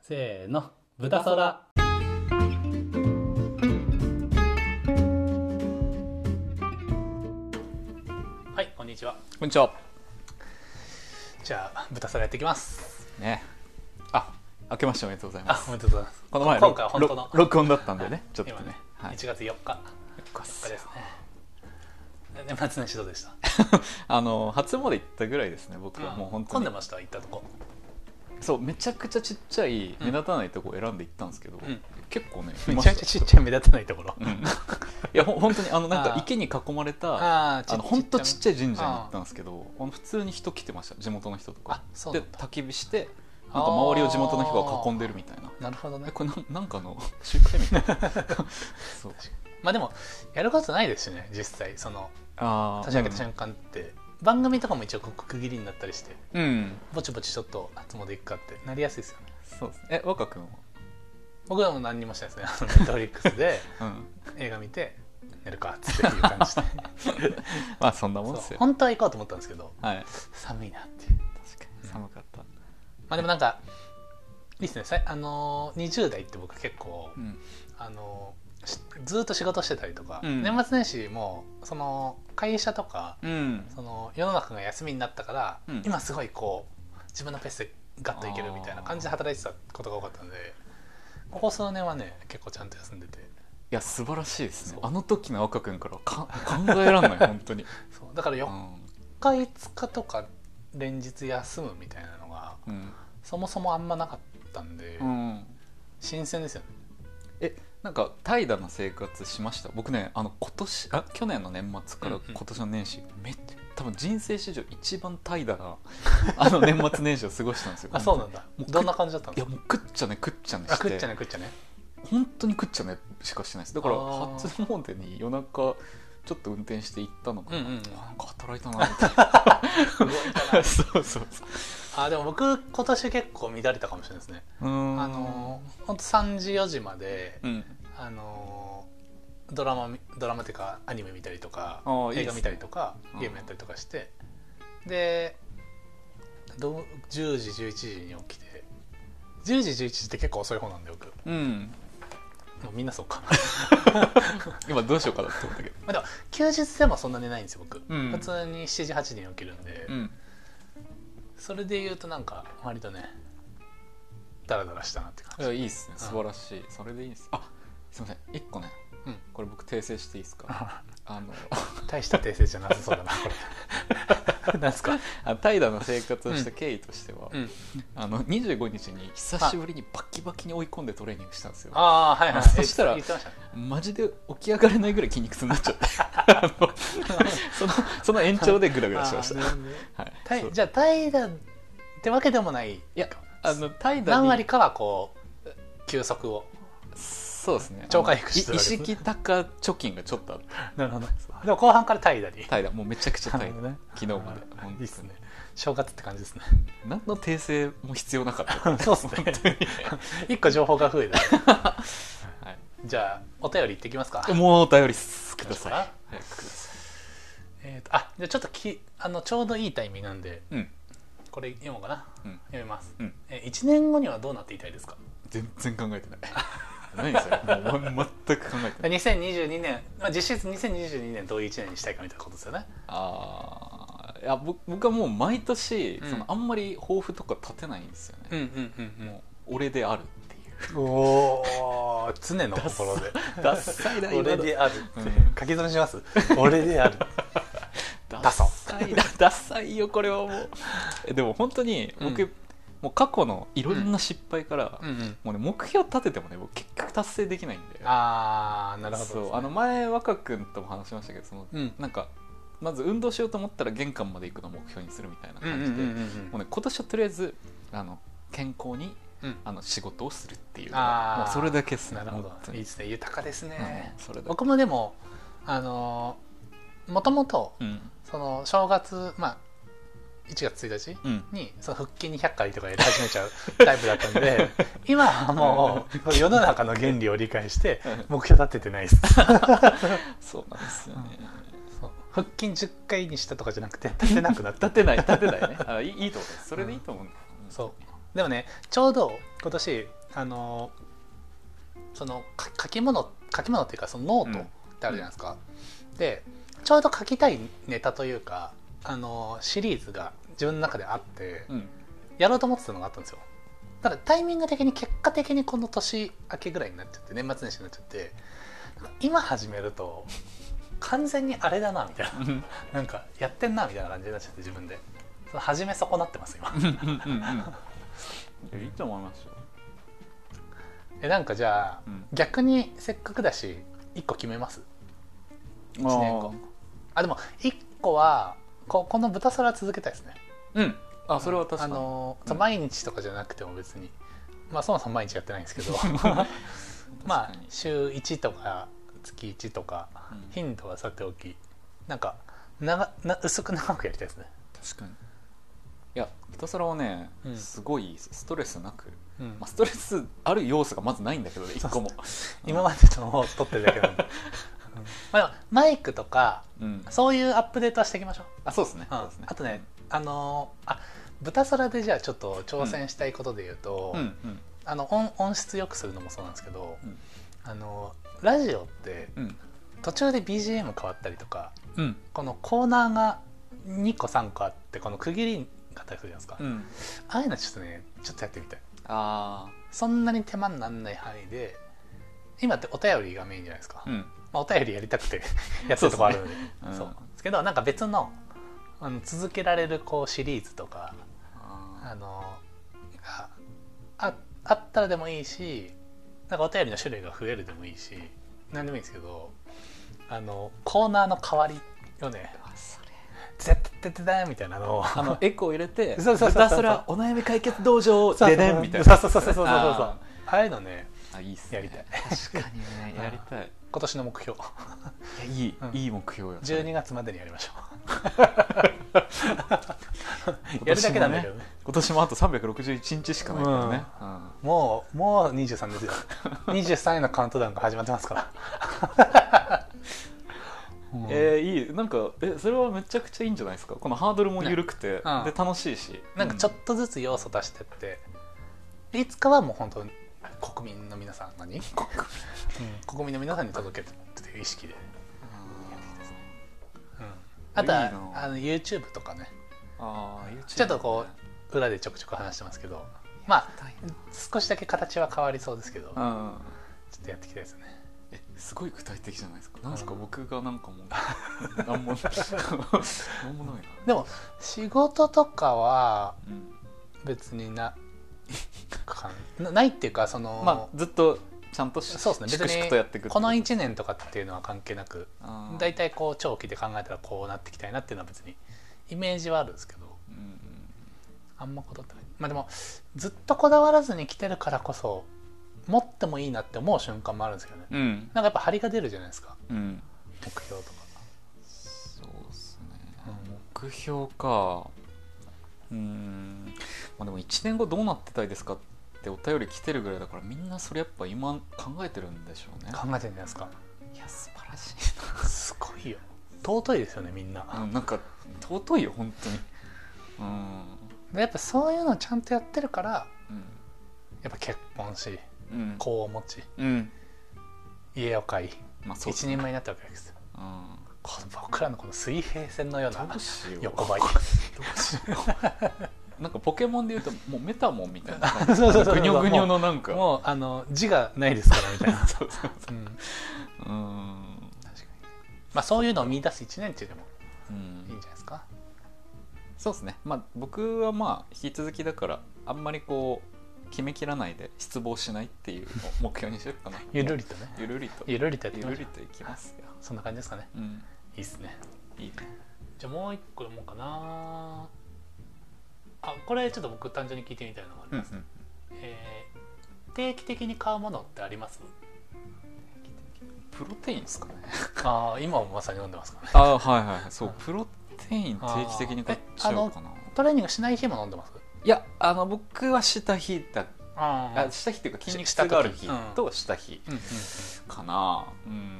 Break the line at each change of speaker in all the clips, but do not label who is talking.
せーの豚そらはいこんにちは
こんにちは。
じゃあ豚そらやっていきます
ね。あ、明けましておめでとうございま
あ
す。
おめでとうございます
この前
今回は本当の
録録音だったんでね、ちょっと
今
ね
ね。
はい。
1月4日4日ですね年末年始どうでした
あの初詣行ったぐらいですね。僕はもう本当
混ん
に
で。ました行ったとこ
そうめちゃくちゃちっちゃい目立たないとこ選んで行ったんですけど
ん、
結構ね。
めちゃめちゃちっちゃい目立たないところ
ゃい。うんいやほん本当にあのなん
あ
か
ー
池に囲まれ
あ
た。あの本当ちっ
ゃい
ちゃい神社に行ったんですけど、あの普通に人来てました地元の人とか
あそうな
で
んだ
焚き火してなんか周りを地元の人が囲んでるみたいな
なるほど
え
ね
これなんなん かの集会みたいなそう
まあでもやることないですしね実際その
あー
立ち上げた瞬間って、番組とかも一応こう区切りになったりして
うん、うん
ぼちぼちちょっと初詣行くかってなりやすいですよね
そうですねえ若君は
僕らも何にもしてないですねネットフリックス で
うん
映画見て寝るかっつっていう感 じで
まあそんなもんです
そう
よ
本当は行こうと思ったんですけど
はい
寒いなっていう
確かに寒かった
まあでもなんかいいですねさいあのー20代って僕結構
うん
あのーしずーっと仕事してたりとか、
うん
年末年始もその会社とか
うん
その世の中が休みになったから、
うん
今すごいこう自分のペースでガッといけるみたいな感じで働いてたことが多かったんでここ数年はね結構ちゃんと休んでて
いや素晴らしいです
そ
ね
う
あの時の若君からはか 考えらんない本当に
そうだから
う
4
ん、
日5日とか連日休むみたいなのが
うん
そもそもあんまなかったんで、
うん、
新鮮ですよね
えなんか怠惰な生活しました僕ねあの今年あ去年の年末から
うんうん
今年の年始、めっ多分人生史上一番怠惰なあの年末年始を過ごしたんです よ
あそうなんだ
もう
どんな感じだったん
い
で
や
すか
もう食っちゃね食っちゃね
あ
して
食っちゃね食っちゃね
本当に食っちゃねしかしてないですだから
あー
初詣に夜中ちょっと運転して行ったのかな、
うんうんうん
あなんか働いたなみたい なそうそうそう
あでも僕今年結構乱れたかもしれないですね
うーん
あのーほんと3時4時まで
うん
あのードラマみドラマっていうかアニメ見たりとか
あーいい
映
です
画
ね
見たりとか
うん
ゲームやったりとかしてでどう10時11時に起きて10時11時って結構遅い方なんで僕
うん
もうみんなそうか
今どうしようかなって 思ったけど
まあでも休日でもそんな寝ないんですよ僕、
うん
普通に7時8時に起きるんで、
うん
それで言うとなんか割とねダラダラしたなって感
い
じ
やいいっすね素晴らしい、それでいいですあすいません一個ね、
うん
これ僕訂正していいですかあの
大した訂正じゃなさそうだなこれ なんすか、
あ怠惰な生活をした経緯としては、
うん、
あの25日に久しぶりにバキバキに追い込んでトレーニングしたんですよ
ああはいはい
そしたら
言ってましたね
マジで起き上がれないぐらい筋肉痛になっちゃって あのそのその延長でグダグダしました、
あーなるほどね
はい、
た
そう
じゃあ怠惰ってわけでもない
いやあの 怠
何
惰
割
に
かはこう休息を
そうですね
超回復して
あ
るわ
のい意
けですね
識高貯金がちょっとあって
なるほどでも後半から怠惰に
怠惰もうめちゃくちゃ
な
怠
るほ
惰
どね
昨日まで本当に
いいっすね正月って感じですね
何の訂正も必要なかった
そうっすね 一個情報が増えた
はい
じゃあお便りいってきますか
もうお便りっすください。
あ
早くくださ
えーとあじゃあちょっときあのちょうどいいタイミングなんで
い。うん。
これ読もうかな
うん。
読みます、
うん
えー、1年後にはどうなっていたいですか
全然考えてない。 何それ。もうま全く考えてない。
2022年、まあ、実質2022年どういう1年にしたいかみたいなことですよね
ああ。いや僕僕はもう毎年、
うん
そのあんまり抱負とか立てないんですよね。
んうんうん
もう俺であるっていう。
おお常の心で
ダッサいな今
俺
の
である
うん
書き留めします俺である
ダ
ダサ
サいなダサいよこれはもう。えでも本当に僕、
うん
もう過去のいろんな失敗から、
うんうん
もうね目標立ててもね僕結局達成できないんで。
ああなるほど
そうあの前若君とも話しましたけどその、
うん
なんかまず運動しようと思ったら玄関まで行くのを目標にするみたいな
うんうん
感
う
じ
ん
で、
う
もうんね今年はとりあえずあの健康に
うん
あの仕事をするっていう
あー
もうそれだけですね
なるほ
本
ど
当
いい
に
ですね豊かですね
うんそれだけ
僕もでもあのもともと
うん
その正月まあ1月1日
うん
にその腹筋200回とかやり始めちゃうタイプだったん で今はもう世の中の原理を理解して目標立ててないです
そうなんですよね
そう腹筋10回にしたとかじゃなくて立てなくなっ
立
た
てない立てないねあいいいいと思うそれでいいと思うんだよ、
そうでもねちょうど今年あのそのか書き物書き物っていうかそのノートってあるじゃないですか、でちょうど書きたいネタというかあのシリーズが自分の中であって
うん
やろうと思ってたのがあったんですよただタイミング的に結果的にこの年明けぐらいになっちゃって年末年始になっちゃってなんか今始めると完全にあれだなみたいな
うん
なんかやってんなみたいな感じになっちゃって自分でその始め損なってます今
うんうんいいと思いますよ、
えなんかじゃあ
うん、
逆にせっかくだし1個決めます
1
年後あでも1個はここの豚皿は続けたいですね
うんあそれは確かに
あのそう
うん
毎日とかじゃなくても別にまあそもそも毎日やってないんです けどまあ
確かに
週1とか月1とか
うん
頻度はさておきなんか長な薄く長くやりたいですね、
確かにいや豚皿はね、
うん
すごいストレスなく、
うん
まあ、ストレスある要素がまずないんだけどね一個も
今までのを撮ってるだけなん で、うんまあ、でもマイクとか
うん
そういうアップデートはしていきましょう
あそうですね,、
うん
そうですね
あとね、あのーあ豚皿でじゃあちょっと挑戦したいことで言うと、
うんうん
あの音音質良くするのもそうなんですけど、
うん
あのーラジオって
うん
途中で BGM 変わったりとか
うん
このコーナーが2個3個あってこの区切りがあったりするじゃないですか、
うん
ああいうのちょっとねちょっとやってみたい
あ
そんなに手間にならない範囲で今ってお便りがメインじゃないですか、
あうん
まあ、お便りやりたくて やってるとこあるのでそう,、
うん
ですけどなんか別のあの続けられるこうシリーズとか
あ
あのがああったらでもいいしなんかお便りの種類が増えるでもいいし何でもいいんですけどあのコーナーの代わりよね
ーあそれ
絶対絶対みたいなのを
あのエコー入れて
そうそうそうそう
豚皿お悩み解決道 場
そう
でねみたいな
そうそうそうそうそうそうそうあ
あ
あいうのね
ーあいいっすね
やりたい
確かにねやりたい
今年の目 標
いやいい、
うん
いい目標よそれ
12月までにやりましょう
今年も
やるだけなんだけどね
今年もあと361日しかないからね、うん
もうもう23です よ23へのカウントダウンが始まってますから うん
えー、いいなんかえそれはめちゃくちゃいいんじゃないですかこのハードルも緩くて、
うん
で楽しいし
なんかちょっとずつ要素足してってでいつかはもう本当に国民の皆さん何国,、国民の皆さんに届けるっていう意識で、うんあと
いい
は
な
あの YouTube とかね
あー YouTube
ちょっとこう裏でちょくちょく話してますけどまあ少しだけ形は変わりそうですけどちょっ
うん
とやっていきたいですね
えすごい具体的じゃないですかなんですか、
うん
僕がなんかもう なんもなんもないな
でも仕事とかは
うん
別になかんな ないっていうかその、
まあずっとちゃんとし
そうですね
粛々とやっていく
別にこの
一
1年とかっていうのは関係なく大体こう長期で考えたらこうなっていきたいなっていうのは別にイメージはあるんですけどあんまこだわってないまあでもずっとこだわらずに来てるからこそ持ってもいいなって思う瞬間もあるんですけどね
うんうん、
なんかやっぱ張りが出るじゃないですか
うん、
目標とか
そうっすね、
うん
目標かうーん、まあ、でも1年後どうなってたいですかってお便り来てるぐらいだからみんなそれやっぱ今考えてるんでしょうね
考えてるじゃないですか
いや素晴らし
すごいよ尊いですよねみんな、
いな、うん、なんか尊いよ本当にうん
でやっぱそういうのをちゃんとやってるから
う
やっぱ結婚し
んうん
子を持ち
うん
家を買い
まあそう
一人前になったわけですよ
うん
この僕らのこの水平線のような
どうしよう
横ばい
どうしようなんかポケモンで言うともうメタモンみたいな
そうそうそうそう
ぐにょぐにょのなんか
もうあの字がないですからみ たいな、
そうそう
うん、
そううん
確かにまあそういうのを見出す1年っていうのも
う
いいん
ん
じゃないですか、
そうですねまあ僕はまあ引き続きだからあんまりこう決めきらないで失望しないっていうのを目標にしようかな
ゆるりとね
ゆるりと
ゆるりとやっていき
ゆ
ま
る
しょ
り
う
といきますよ
そんな感じですかね
うん
いいっすね
いいね
じゃあもう一個読もうかなあこれちょっと僕単純に聞いてみたいのがあり
うん
ま
うん
す、えー定期的に買うものってあります
プロテインですか ね
ああ今もまさに飲んでますからね
あはいはいはいそううんプロテイン定期的に買っちゃおうかな
トレーニングしない日も飲んでます
いやあの僕はした日だ
あ
あした日っていうか筋肉
し
痛がある
し
日
た時うん
とした日
うんうん
かなうん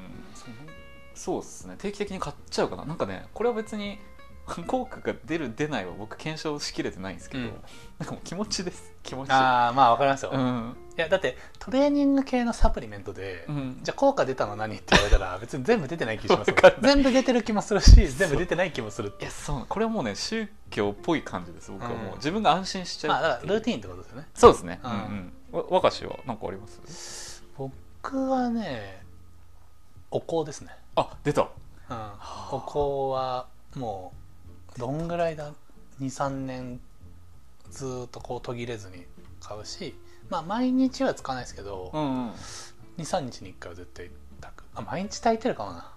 そうですね定期的に買っちゃうかななんかねこれは別に 効果が出る出ないは僕検証しきれてないんですけど、
うん
なんかもう気持ちです気持ち
ああまあわかりますよ、
うん
やだってトレーニング系のサプリメントで、
うん
じゃあ効果出たの何って言われた ら別に全部出てない気しますよ
わかんない
全部出てる気もするし全部出てない気もするって
いやそうこれはもうね宗教っぽい感じです僕はもう、
うん
自分が安心しちゃう
まあだからルー
ティン
ティンってことですよね
そうですねう
うんん
うんわ若しは何かあります
僕はねお香ですね、
あ出た
うん、
あ
お香はもうどんぐらいだ23年ずーっとこう途切れずに買うしまあ毎日は使わないですけど、
ん、うん、
23日に1回は絶対炊くあ毎日炊いてるかもな、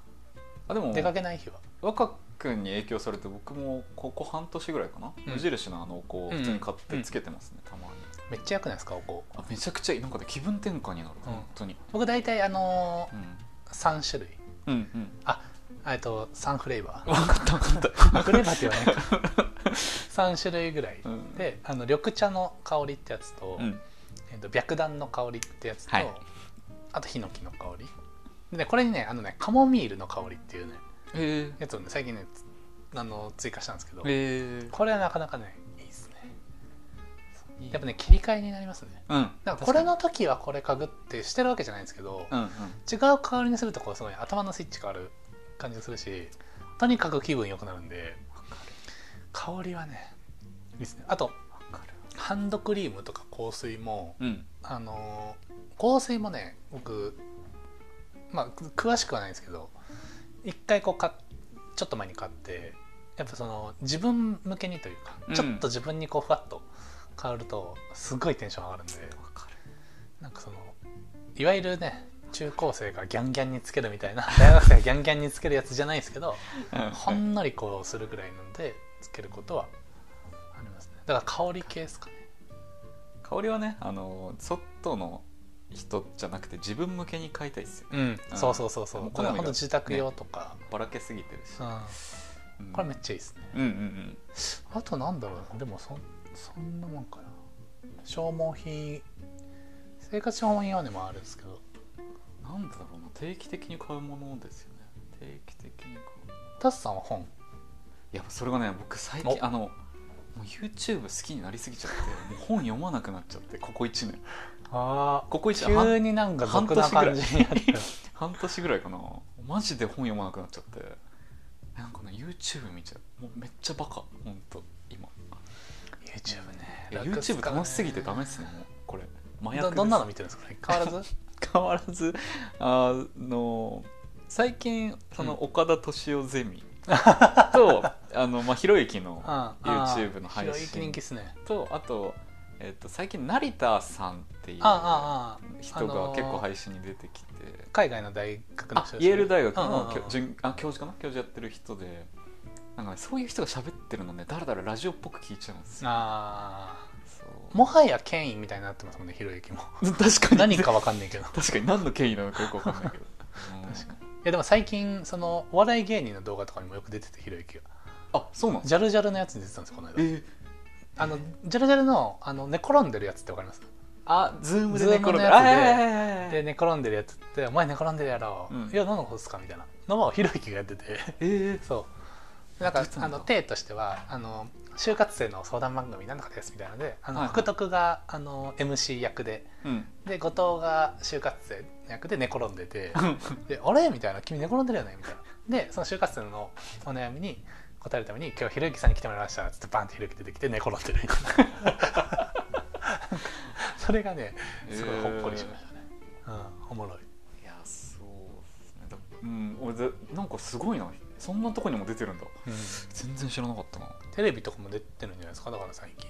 あでも
出かけない日は
若君に影響されて僕もここ半年ぐらいかな、
うん
無印のあのこ
う
う
ん
普通に買ってつけてますね、たまに
めっちゃ良くないですかお香
あめちゃくちゃいいなんかね気分転換になる、
うん
本当に
僕大体あの
うん
ー、3種類
うんうん
あえっと3フレーバ ー
分かった分かっ
あフレーバーって言わないか3 種類ぐらい、
うん
であの緑茶の香りってやつと,、
た、うん、
えっと白檀の香りってやつと、
はい
あとヒノキの香りでねこれにねあのねカモミールの香りっていうね
え
やつをね最近ねつあの追加したんですけど
ー、え
これはなかなかねいいですね
ー、
やっぱね切り替えになりますね
うん
なんかこれの時はこれかぐってしてるわけじゃないんですけど、
うんうん
違う代わりにするとこうすごい頭のスイッチ変わる感じがするしとにかく気分良くなるんで香りはねいいですねあと
分かる
ハンドクリームとか香水も
うん
あのー香水もね僕まあく詳しくはないんですけど一回こうかちょっと前に買ってやっぱその自分向けにというか、
うん
ちょっと自分にこうふわっと変わるとすごいテンション上がるんで
分かる
なんかそのいわゆるね中高生がギャンギャンにつけるみたいな 大学生がギャンギャンにつけるやつじゃないですけどほんのりこうするぐらいなんでつけることはありますねだから香り系ですかね
香りはねあの外の人じゃなくて自分向けに買いたいですよね
うん、そうそうそう
も
そううこ
好み
れ
が
ほんと自宅用とか、
ばらけすぎてるし、
うん、
うん
これめっちゃいいですね
うんうんうん
あとなんだろうなでもそそんなもんかな消耗品生活消耗品はねもあるんですけど
なんだろうな定期的に買うものですよね定期的に買う
タスさんは本
いやそれがね僕最近
お
あのもう YouTube 好きになりすぎ ちゃってもう本読まなくなっちゃってここ1年
あ
ここ1年
急
半
になんか俗な感じに なってる
半年ぐらいかなマジで本読まなくなっちゃってなんかね YouTube 見ちゃうもうめっちゃバカほんと今
YouTube ね
いや
楽っす
YouTube
からね
楽しすぎてダメっすねもうこれ麻薬
ど
です
どんなの見てるんですか変 わらず
変わらずあの最近その
うん
岡田敏夫ゼミ と、あのまあひろゆきの
あ
YouTube の配
広い
信
人気っすね
とあと、えっと最近成田さんっていう
ああああ
人が結構
る
配信に出てきて、
海外の大学の
あ
人ですね
イェール大学
うんうん
の
うん
教準あ教授かな教授やってる人でなんか、ね、そういう人が喋ってるのねだらだらラジオっぽく聞いちゃうんですよ。
あ
そう
ーもはや権威みたいになってますもんねひろゆき も
確かに
何かわかんないけどい
確かに何の権威なのかよくわかんないけど
確
かに
やでも最近そのお笑い芸人の動画とかにもよく出ててひろゆきが
あそうなんですか
ジャルジャルのやつに出てたんですよこの
え
間
ー、
あのジャルジャルのあの寝転んでるやつってわかります
あズームで
ズ
ね
ームの
転ん
やつで
だあいやいやいやいやいや
で寝転んでるやつって「お前寝転んでるやろ、
うん
いや何のことっすか?」みたいなのもひろゆきがやって て
え
そうなんか
出てたんだ
あの体としてはあの就活生の相談番組なんとかですみたいなのであの、
はいはい
福徳があの MC 役で
ー、 うん
で後藤が就活生役で寝転んで てで「あれ?」みたいな「君寝転んでるよね」みたいなでその就活生のお悩みに答えるために「今日ひろゆきさんに来てもらいました」っつってバンってひろゆき出てきて寝転んでる みたいなそれがねすごいほっこりしましたね、うんおもろい
いやそうですねだうん俺ぜなんかすごいなそんなとこにも出てるんだ全然知らなかったな
テレビとかも出てるんじゃないですかだから最近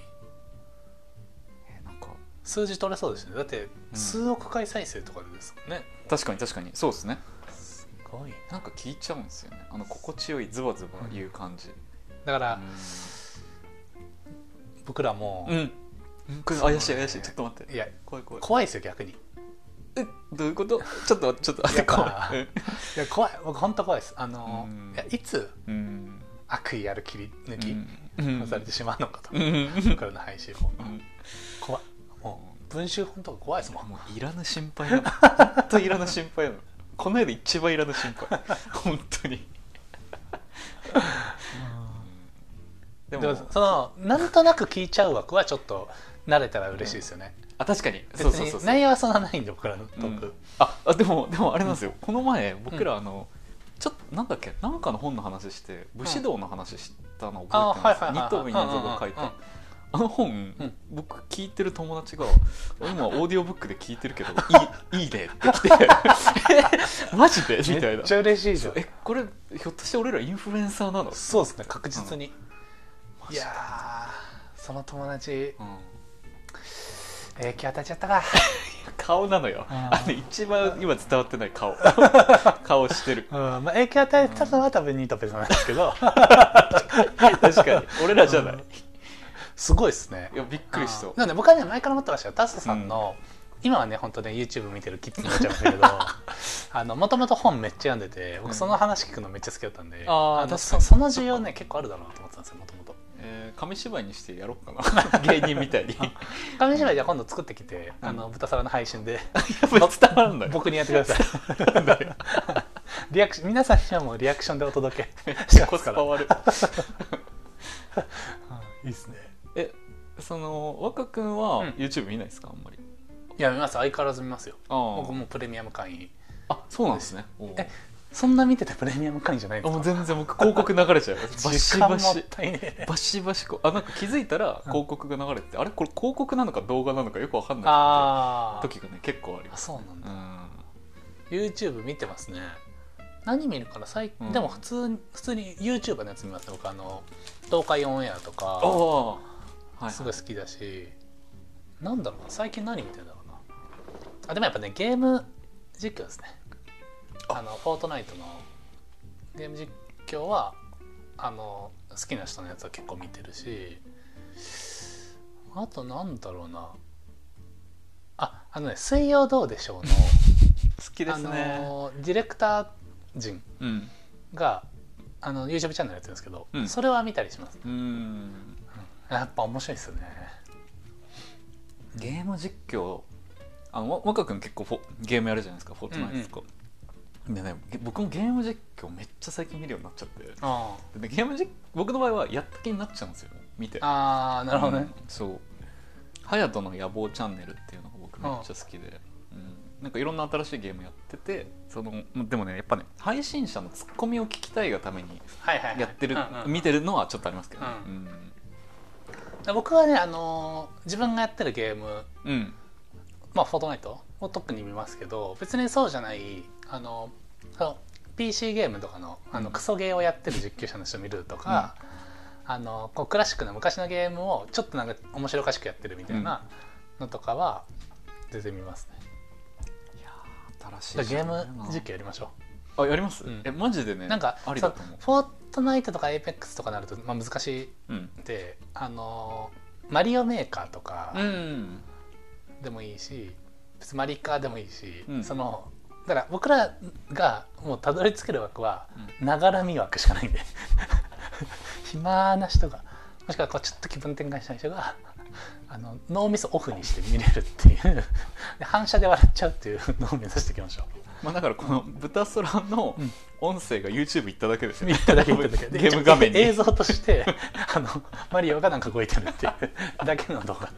えなんか
数字取れそうですねだって
うん
数億回再生とかでですもんね、
確かに確かにそうですね
すごいな
なんか聞いちゃうんですよねあの心地よいズバズバ言う感じ
だから
う
僕らも、
ん、うん、これ怪しい怪しいちょっと待って
いや
怖い怖い
怖いですよ逆にい
えどういうこと ちょっとちょっとあ
いや
怖い
や怖い僕本当怖いですあの
うん
いやいつ
うん
悪意ある切り抜き
うん
をされてしまうのかと、
うんうん
僕らの配信も
うん
怖いもう文集本とか怖いですもん
もういらぬ心配 なの本当いらぬ心配なのこの世で一番いらぬ心配本当にで
で
も
もそのなんとなく聞いちゃう枠はちょっと慣れたら嬉しいですよね、
あ確かに
別
そうそうそう
に内容はそんなないんで僕らのトー
う
ク
んああでもでもあれなんですよ、この前僕らあの、ちょっとなんだっけなんかの本の話して武士道の話したの
あ
覚
は
え
い
て
はいはい
ます二等
はい
分の像が書い
うんう
た
んうん
あの本、
うん
僕聞いてる友 達が今オーディオブックで聞いてるけどいいいいねって来て えマジでみたい
めっ
な
ちゃ嬉しいじゃん
えこれひょっとして俺らインフルエンサーなの
そうですね確実に、
マ
い
ジで
やーその友達
うん
影響与えちゃったか
顔なのよ
うん
あの一番今伝わってない顔顔してる
うんまあ影響与えたのは多分ニートペ さんなんですけ ど
確かに俺らじゃない、
うんすごいですね
いやびっくりした
あーなんで僕はね前から思ってましたよタスさんの、今はね本当ね YouTube 見てるキッズになっちゃうんだ けどあのもともと本めっちゃ読んでて
う
僕
ん
その話聞くのめっちゃ好きだったんで、
あ
の
ー確か
そ
に
その需要ね結構あるだろうなと思ってたんですよもともと
えー、紙芝居にしてやろうか な芸人みたいにや
紙芝居じゃあ今度作ってきて、
うん
あの豚皿の配信で
っ ぱり伝わるんだよ
僕にやってくださいリアクション皆さんにはもうリアクションでお届けしま
コ
す
ス
か
パ
ら、うん
悪い
いいですね
えその若君は
うん
YouTube 見ないですかあんまり
いや見ます相変わらず見ますよ
あー
僕もうプレミアム会員
あそうなんですねおう
えそんな見ててプレミアム会員じゃないん
あ
です
もう
か
全然僕広告流れちゃうバ シ
時
バ
間もっ
シ
たいね
バシバシこ うあなんか気づいたら
うん
広告が流れてて、あれこれ広告なのか動画なのかよくわかんな
あ
い
あ
時がね結構ありま
あ
す
そうなん
う
だ、
ん
YouTube 見てますね何見るかな最、
うん
でも普通に普通に YouTuber のやつ見ますね僕あの東海オンエアと
あ
か
あはいはい
すごい好きだし、なんだろうな最近何見てんだろうなあでもやっぱねゲーム実況ですねあのフォートナイトのゲーム実況はあの好きな人のやつは結構見てるしあとなんだろうなああのね「水曜どうでしょうの」
好きで
あ
すね
のディレクター陣
うん
があの YouTube チャンネルやってるんですけど、
うん
それは見たりします
うん
やっぱ面白いですよね
ゲーム実況あのわ若君結構フォゲームやるじゃないですかフォートナイトとか、でねげ僕もゲーム実況めっちゃ最近見るようになっちゃって
あ
でねゲーム実僕の場合はやった気になっちゃうんですよ見て
あーなるほどね、
うんそう「隼人の野望チャンネル」っていうのが僕めっちゃ好きで、うんなんかいろんな新しいゲームやっててそのでもねやっぱね配信者のツッコミを聞きたいがために
はいはいはい、
やってる、
うんうん
見てるのはちょっとありますけどね
う
うん
僕はね、あのー自分がやってるゲーム
うん
まあフォートナイトを特に見ますけど別にそうじゃないあのその PC ゲームとかのあの
うん
クソゲーをやってる実況者の人見るとか、あのこうクラシックな昔のゲームをちょっとなんか面白おかしくやってるみたいなのとかは全然見ますね、
いやー
じゃ
新
あ
しい
ゲー
ジャンルだ
ム
な
実況やりましょ
あやります、
うん
えマジでね
うなんか
あり
そ
だ
う
と思う
フォートナイトとかエイペックスとかなると、まあ、難し
うん、
いんであのーマリオメーカーとか、
うん、
でもいいし別にマリカーでもいいし、
うん
そのだから僕らがもうたどり着ける枠は
う
ながら見枠しかないんで 暇な人がもしくはこうちょっと気分転換したい人があの脳みそオフにして見れるっていうで反射で笑っちゃうっていうのを目指していきましょ
まあだからこの豚空の
うん
音声が YouTube 行っただけです
う
よ、
見ただけ見ただけで
ゲーム画面に
映像として あのマリオがなんか動いてるっていうだけの動画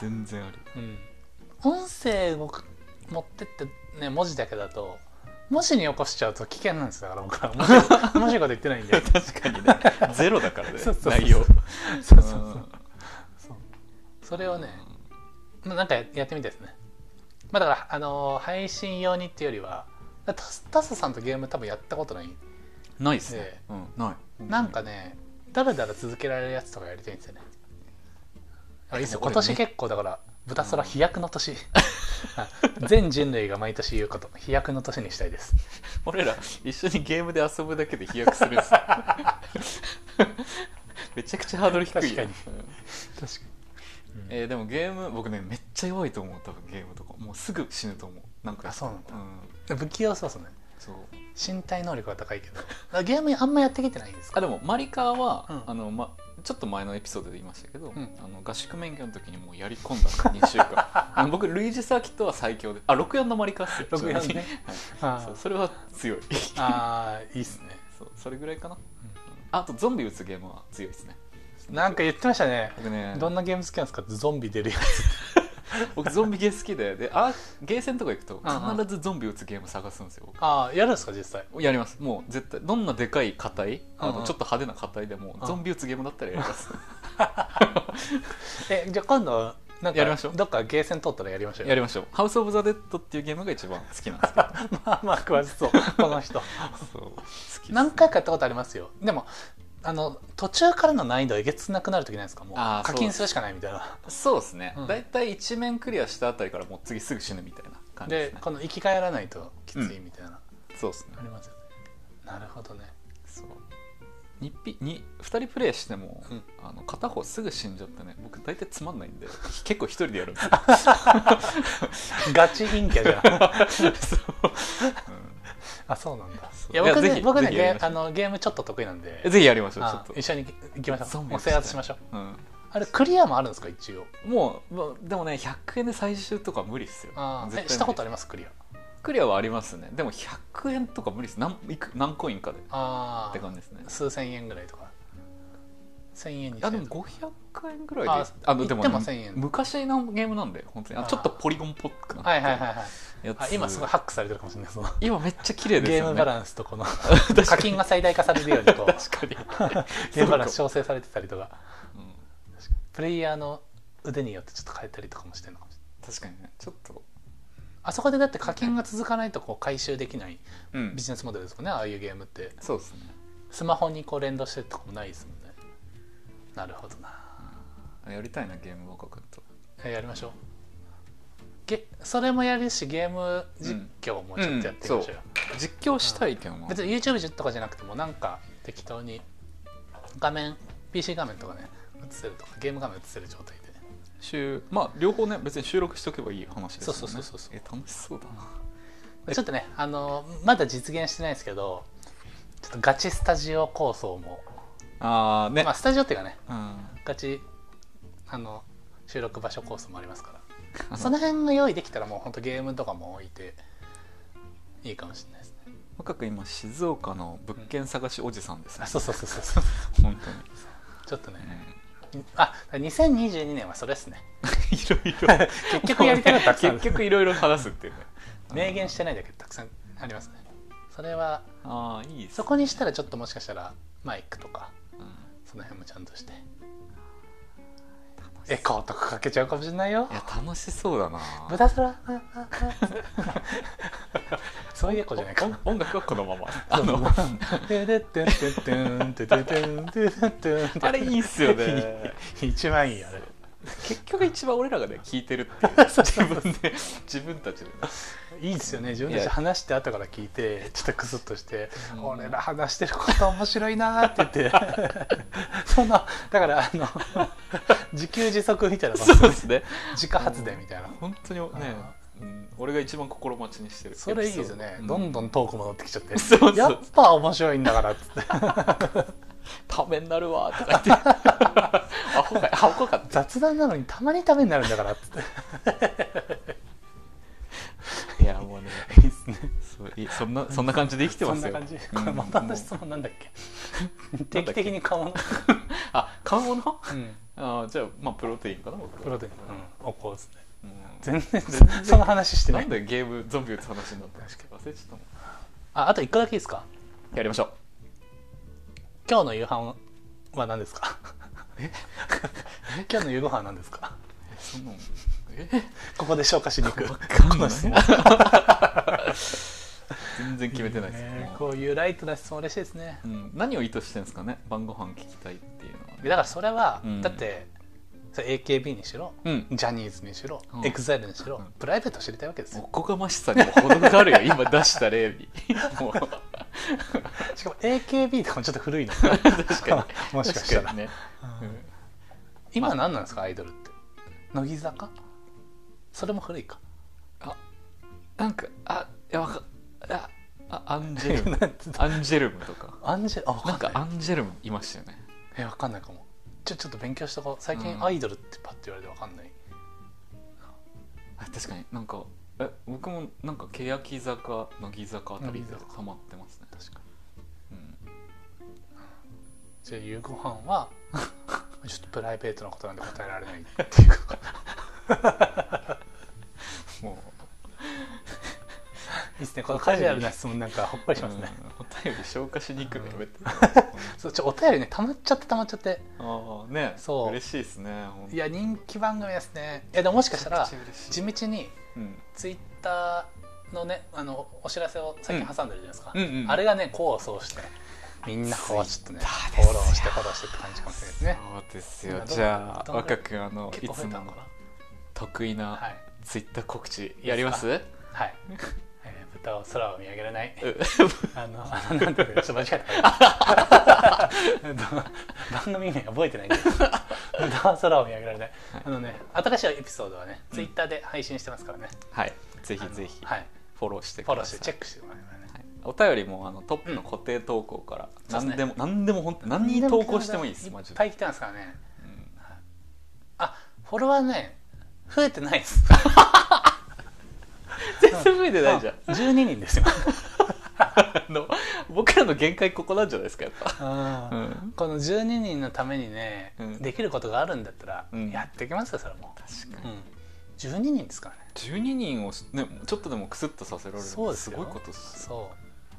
全然あり
うん、音声を持ってってね文字だけだと文字に起こしちゃうと危険なんですよだから僕は面白い面白いこと言ってないんで
確かにね ゼロだから ね
そうそうそう
内容
そうそうそうそうそれをね
う
まあなんかややってみたいですねまあだからあのー配信用にっていうよりはだタスタスさんとゲーム多分やったことない
んないですね、
え
うん、ない
なんかねだらだら続けられるやつとかやりたいんですよねあいいっすよ
でも
今
俺
年
め
結構だから豚空飛躍の 年全人類が毎年言うこと飛躍の年にしたいです
俺ら一緒にゲームで遊ぶだけで飛躍するんですよ めちゃくちゃハードル低いよ
確かに
うん
確かに、
えーでもゲーム僕ねめっちゃ弱いと思う多分ゲームとかもうすぐ死ぬと思うなんか
あそうなんだ
ん、
不器用そうですね
そう
身体能力は高いけどあゲームあんまやってきてないんです
あ
か
でもマリカーは、
うん
あのま、ちょっと前のエピソードで言いましたけど、
うん
あの合宿免許の時にもうやり込んだの2週間 あの僕ルイージ・サーキットは最強であ64のマリカーっすよ
64ね
ちなみにはい
あ
そう
ー
それは強い
あーいいっすね
そうそれぐらいかな、あとゾンビ撃つゲームは強いですね
なんか言ってましたね
僕ね
どんなゲーム好きなんですかってゾンビ出るや
僕ゾンビゲー好きでであゲーセンとか行く
う
と
んうん
必ずゾンビ撃つゲーム探すんですよ僕
ああやるんですか実際
やりますもう絶対どんなでかい硬いあ
うんう
の
ん
ちょっと派手な硬いでも
うん
ゾンビ撃つゲームだったらやります
えじゃあ今度なんか
やりましょう
どっかゲーセン通 ったらやりましょうよ
やりましょう「ハウス・オブ・ザ・デッド」っていうゲームが一番好きなんですけど
まあまあ詳しそうこの人
そう好きです
何回かやったことありますよでもあの途中からの難易度えげつなくなる時ないですかもう
あー
課金するしかないみたいな
そうですね
うん
大体一面クリアしたあたりからもう次すぐ死ぬみたいな感じで
です
ね
この生き返らないときついみたいな、
そうですね
ありますよねなるほどね
そう 2, 2, 人プレイしても、
うん
あの片方すぐ死んじゃってね僕大体つまんないんで結構一人でやるんですよ
ガチ陰キャじゃん
そう
あそうなんだ
そう
いや僕
いやぜ
ね
ひ
僕ね
ぜひやり
ゲ
まし
ー
ょう
あのゲームちょっと得意なん
うん
で
ぜひやりましょうちょ
あ
っと
一緒に行きましょ
ゾ
う
ンビ
もう制圧しましょう
うん、
あれクリアもあるんですか一応
もうまあでもね100円で最終とか無理っすよ
あー
絶
え
対
したことあ
無理
りますクリア
っすクリアはありますねでも100円とか無理っす何いく何コインかでっ
あ
て
あ
感じですね
数千円ぐらいとか千円に
あでも
と
500円ぐらいで
あ
あのでも,、
行っても1000円
昔のゲームなんで本当にあ
あー
ちょっとポリゴンっぽくなって
はいはいはいはい
いや
あ
つ
今すごいハックされてるかもしれないその
今めっちゃ綺麗ですよね
ゲームバランスとこの
確かに
課金が最大化されるようにこう
確かに、
ゲームバランス調整されてたりとかプレイヤーの腕によってちょっと変えたりとかもしてるのかもしれない
確かにねちょっと、
あそこでだって課金が続かないとこう回収できない
うん
ビジネスモデルですもんねああいうゲームって
そうですね
スマホにこう連動してるとかもないですもんねなるほどな
あやりたいなゲーム若君と
えやりましょうげそれもやるしゲーム実況もちょっとやってみましょうよ、
実況したいけどな
別に YouTube とかじゃなくてもなんか適当に画面 PC 画面とかね映せるとかゲーム画面映せる状態でね
週まあ両方ね別に収録しとけばいい話です
そ
もんね
うそうそうそう
え楽しそうだな
ちょっとねあのまだ実現してないですけどちょっとガチスタジオ構想も、
あーね、
まあ、スタジオっていうかね
あ、
ガチあの収録場所構想もありますか
の
らその辺が用意できたらもうほんとゲームとかも置いていいかもしれないですね
若君今静岡の物件探しおじさんですね
あ、そうそうそうそうそう
本当に、
ちょっとね
ね
あ2022年はそれですね
いろ いろ
結局やりたかったくさんある
結局いろいろ話すっていうね
明言してないだけたくさんありますねそれは
ああいいです
そこにしたらちょっともしかしたらマイクとか
うん
その辺もちゃんとして
楽しそう
エコーとかかけちゃうかもしれないよ
いや楽しそうだな
ブタスラそういうエコーじゃないか
お音楽はこのま ま
あ
あの
テテテテテンテテテンテテテンって
あれいいっすよ ね
一番いいあれ
結局一番俺らがね聞いてるっていう 自分で自分たちでね
いいですよね自分た
い
ち
や
話して後から聞いてちょっとクスッとして「
うん
俺ら話してること面白いな」って言ってそんなだからあの自給自足みたいな
そうで すね
自家発電みたいな
本当にね、うん、俺が一番心待ちにしてる
それいいですよねどんどん
と
トークも乗ってきちゃ って
そうそう
やっぱ面白いんだからっつって
ためになるわとか言って アホかアホかって
雑談なのにたまにためになるんだからっつって
いやもうねいいっすねそういいそんなそんな感じで生きて
そ
ま
ん
す
な
よ
感じこ
うん
れまた
も
の
う
質問なんだっけ定期的に買わな
あ買うもの
うん
あーじゃあまあプロテインかな僕は
プロテインうんおこうっつって
うん
全然その話してな
ないんでゲームゾンビ打つ話になったんです
確
か忘れちゃったも
ああと一個だけいいですか
んやりましょう
今日の夕飯は何ですか今日の夕ご飯は何ですか
えそんなのえ
ここで消化しに行くこの質問
全然決めてないですよ、
ね
もう
こういうライトな質問嬉しいですね
うん、何を意図してるんですかね晩ご飯聞きたいっていうのは、
だからそれは、
うん
だってそれ AKB にしろ、
うん
ジャニーズにしろ、
うん
EXILE にしろ、
うん
プライベートを知りたいわけです
お
よ
こがましさにも程があるよ今出した例に もう
しかも AKB とかもちょっと古いの
確かに
もしかしたら
確にね、うん
今何なんですかアイドルって乃木坂それも古いか
なんかあいやわかああアンジェル ム
なんつった
アンジェルムとか
アンジェあ
なん
分か
か
んな
ア
い
ンジェルムいましたよね
え分かんないかもちょちょっと勉強しとこう最
うん
近アイドルってパッて言われて分かんない、
あ確かになんかえ僕もなんか欅坂乃木坂あたりで
乃木坂
ハマってますね確かに、うん
じゃ あ夕ご飯はちょっとプライベートなことなんで答えられないっていうい
もう
いですねこのカジュアルな質問なんかほっこりしますね、
うんお便り消化しにくいのやめて
そうちょお便りね溜まっちゃって溜まっちゃって
ああね
そう
嬉しいですねほんと
いや人気番組ですねいやでももしかしたら
めちゃくちゃ嬉しい
地道に
うん
ツイッターのねあのお知らせを最近挟んでるじゃないですか、
うんうんうん
あれがね功を奏してみんなこうちょっとね
ツ
フ
イッターですよ
ォローしてフォローしてって感じかもしれないですね
そうです
今
よ
どの
じゃあ
どのぐら
若
い
くんあのい
結構
つ
増えたの
も
かな
得意
は
ないツイッター告知やります
はい、えー豚を空を見上げられない
うん
あの、 あの、なんていうの、ちょっと間違え た。えっと番組名覚えてないんだけど、ダーソラを見上げられない。あのね、新しいエピソードはね、
うん
ツイッターで配信してますからね。
はいぜ
あ
ひ
の
ぜひ
はい。
フォローして
フォ
く
ロ
だ
ーし
さ
て
い
チェックしてもらえばね。
お便りもあのトップの固定投稿から、
ん
何でも何でも本当何に投稿してもいいですマジ
いっ
で、
ぱい来てますからね。
うん
あ、フォロワーね、増えてないです。
全然増えてないじゃん
12人ですよ。
あの僕らの限界ここなんじゃないですかやっぱ
うん
うん
この12人のためにね、
うん
できることがあるんだったら、
うん
やっていきますよ、それも。
確
う
かに
ん。12人ですからね。
12人を、ね、ちょっとでもクスッとさせられる
そうです
す
よ
ごいことです
そ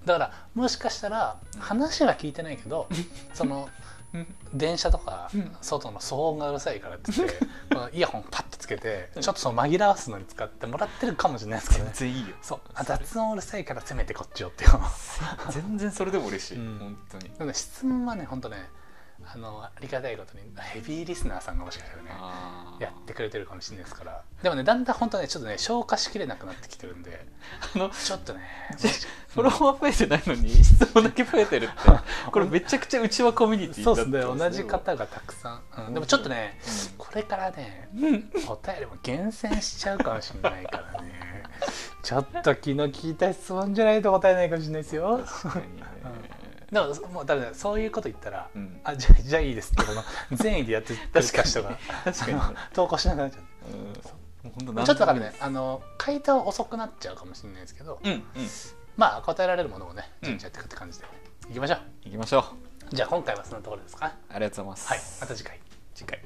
うだからもしかしたら話は聞いてないけ どその
うん
電車とか
うん
外の騒音がうるさいからって 言ってこのイヤホンパッとつけてちょっとその紛らわすのに使ってもらってるかもしれないですけど
全
ね
然いいよ
そうあ雑音うるさいからせめてこっちをっていうの
全然それでも嬉しい、
うん
本当に
でも質問はねほんとねあのありがたいことにヘビーリスナーさんがもしかしたらね
あー
やってくれてるかもしれないですからでもねだんだんほんとねちょっとね消化しきれなくなってきてるんで
あの
ちょっとね
フォロワー増えてないのに質問だけ増えてる ってこれめちゃくちゃうちわコミュニティに
そ
な
う
っ
で
て
すね
ます
同じ方がたくさん、うんでもちょっとね、
うん
これからねお便りも厳選しちゃうかもしれないから ねちょっと昨日聞いた質問じゃないと答えないかもしれないですよ
確かにね、
でももうダメだそういうこと言ったら、
うん
あじゃあじゃあいいですってこの善意でやってくれた人が
確かに
あの投稿しなくなっちゃう
うん
ちょっとだからねあの回答は遅くなっちゃうかもしれないですけど、
うんうん
まあ答えられるものをね
うん
順次やっていくって感じで、いきましょう
行きましょう
じゃあ今回はそんなところですか
ありがとうございます
はいまた次回
次回